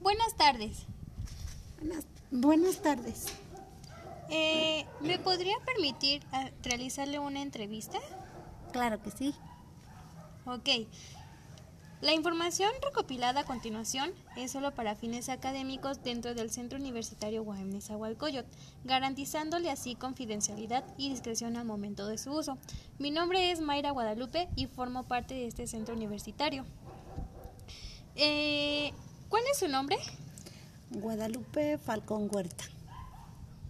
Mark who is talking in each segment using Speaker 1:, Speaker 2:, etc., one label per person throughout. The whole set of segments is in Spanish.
Speaker 1: Buenas tardes.
Speaker 2: Buenas, buenas tardes.
Speaker 1: Eh, ¿Me podría permitir ah, realizarle una entrevista?
Speaker 2: Claro que sí.
Speaker 1: Ok. La información recopilada a continuación es solo para fines académicos dentro del Centro Universitario Guaymas-Agualcoyot, garantizándole así confidencialidad y discreción al momento de su uso. Mi nombre es Mayra Guadalupe y formo parte de este centro universitario. Eh, ¿Cuál es su nombre?
Speaker 2: Guadalupe Falcón Huerta.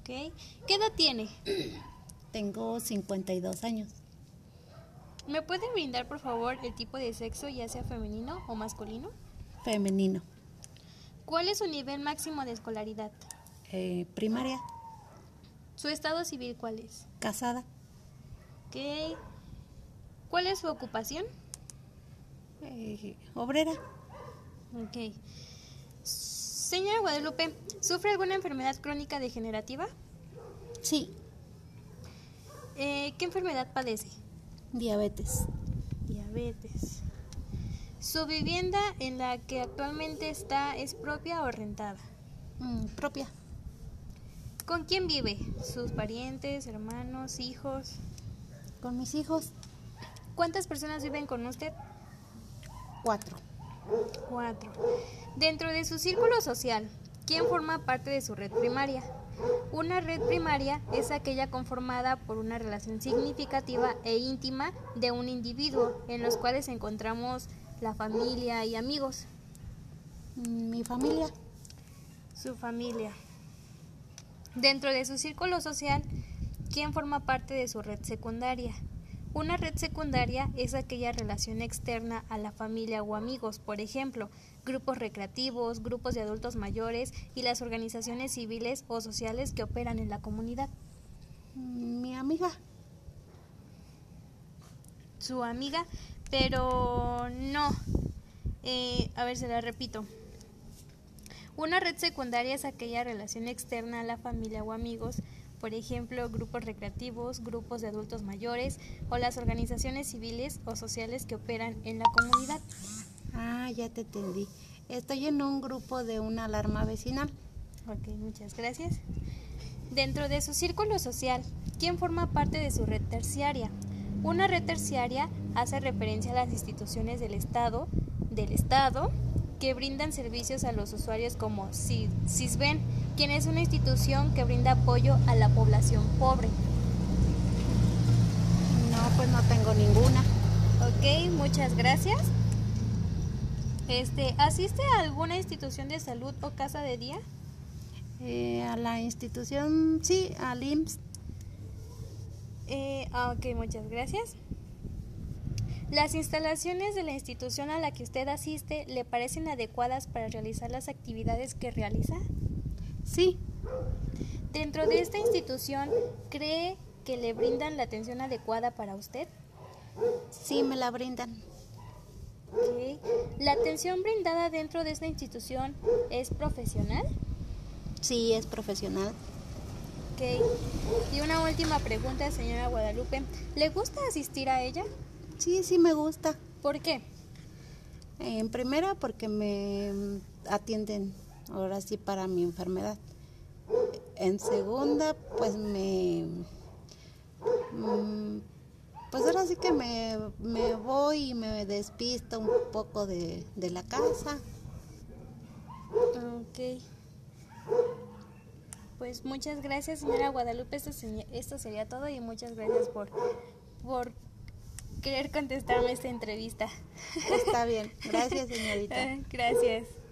Speaker 1: Ok. ¿Qué edad tiene?
Speaker 2: Tengo 52 años.
Speaker 1: ¿Me puede brindar por favor el tipo de sexo, ya sea femenino o masculino?
Speaker 2: Femenino.
Speaker 1: ¿Cuál es su nivel máximo de escolaridad?
Speaker 2: Eh, primaria.
Speaker 1: ¿Su estado civil cuál es?
Speaker 2: Casada.
Speaker 1: Ok. ¿Cuál es su ocupación?
Speaker 2: eh, obrera.
Speaker 1: Ok. Señora Guadalupe, ¿sufre alguna enfermedad crónica degenerativa?
Speaker 2: Sí.
Speaker 1: Eh, ¿Qué enfermedad padece?
Speaker 2: Diabetes.
Speaker 1: Diabetes. ¿Su vivienda en la que actualmente está es propia o rentada?
Speaker 2: Mm, propia.
Speaker 1: ¿Con quién vive? ¿Sus parientes, hermanos, hijos?
Speaker 2: Con mis hijos.
Speaker 1: ¿Cuántas personas viven con usted?
Speaker 2: Cuatro.
Speaker 1: Cuatro. Dentro de su círculo social, ¿quién forma parte de su red primaria? Una red primaria es aquella conformada por una relación significativa e íntima de un individuo, en los cuales encontramos la familia y amigos.
Speaker 2: Mm, mi familia.
Speaker 1: Su familia. Dentro de su círculo social, ¿quién forma parte de su red secundaria? Una red secundaria es aquella relación externa a la familia o amigos, por ejemplo, grupos recreativos, grupos de adultos mayores y las organizaciones civiles o sociales que operan en la comunidad.
Speaker 2: Mm, mi amiga.
Speaker 1: Su amiga, pero no. Eh, a ver, se la repito. Una red secundaria es aquella relación externa a la familia o amigos, por ejemplo, grupos recreativos, grupos de adultos mayores o las organizaciones civiles o sociales que operan en la comunidad.
Speaker 2: Ah, ya te entendí. Estoy en un grupo de una alarma vecinal.
Speaker 1: Ok, muchas gracias. Dentro de su círculo social, ¿quién forma parte de su red terciaria? Una red terciaria hace referencia a las instituciones del Estado, del Estado, que brindan servicios a los usuarios como CIS- CISBEN, quien es una institución que brinda apoyo a la población pobre.
Speaker 2: No, pues no tengo ninguna.
Speaker 1: Ok, muchas gracias. Este, ¿asiste a alguna institución de salud o casa de día?
Speaker 2: Eh, a la institución, sí, al IMSS.
Speaker 1: Eh, ah, ok, muchas gracias. Las instalaciones de la institución a la que usted asiste le parecen adecuadas para realizar las actividades que realiza.
Speaker 2: Sí,
Speaker 1: Dentro de esta institución, ¿cree que le brindan la atención adecuada para usted?
Speaker 2: sí, me la brindan.
Speaker 1: Ok. ¿La atención brindada dentro de esta institución es profesional?
Speaker 2: Sí, es profesional.
Speaker 1: Ok. Y una última pregunta, señora Guadalupe. ¿Le gusta asistir a ella?
Speaker 2: Sí, sí, me gusta.
Speaker 1: ¿Por qué?
Speaker 2: En primera porque me mm, atienden ahora sí para mi enfermedad. En segunda, pues me... mm, Pues ahora sí que me, me voy y me despisto un poco de, de la casa.
Speaker 1: Ok. Pues muchas gracias, señora Guadalupe. Esto, se- esto sería todo y muchas gracias por, por querer contestarme esta entrevista. Ah,
Speaker 2: Está bien. Gracias, señorita.
Speaker 1: gracias.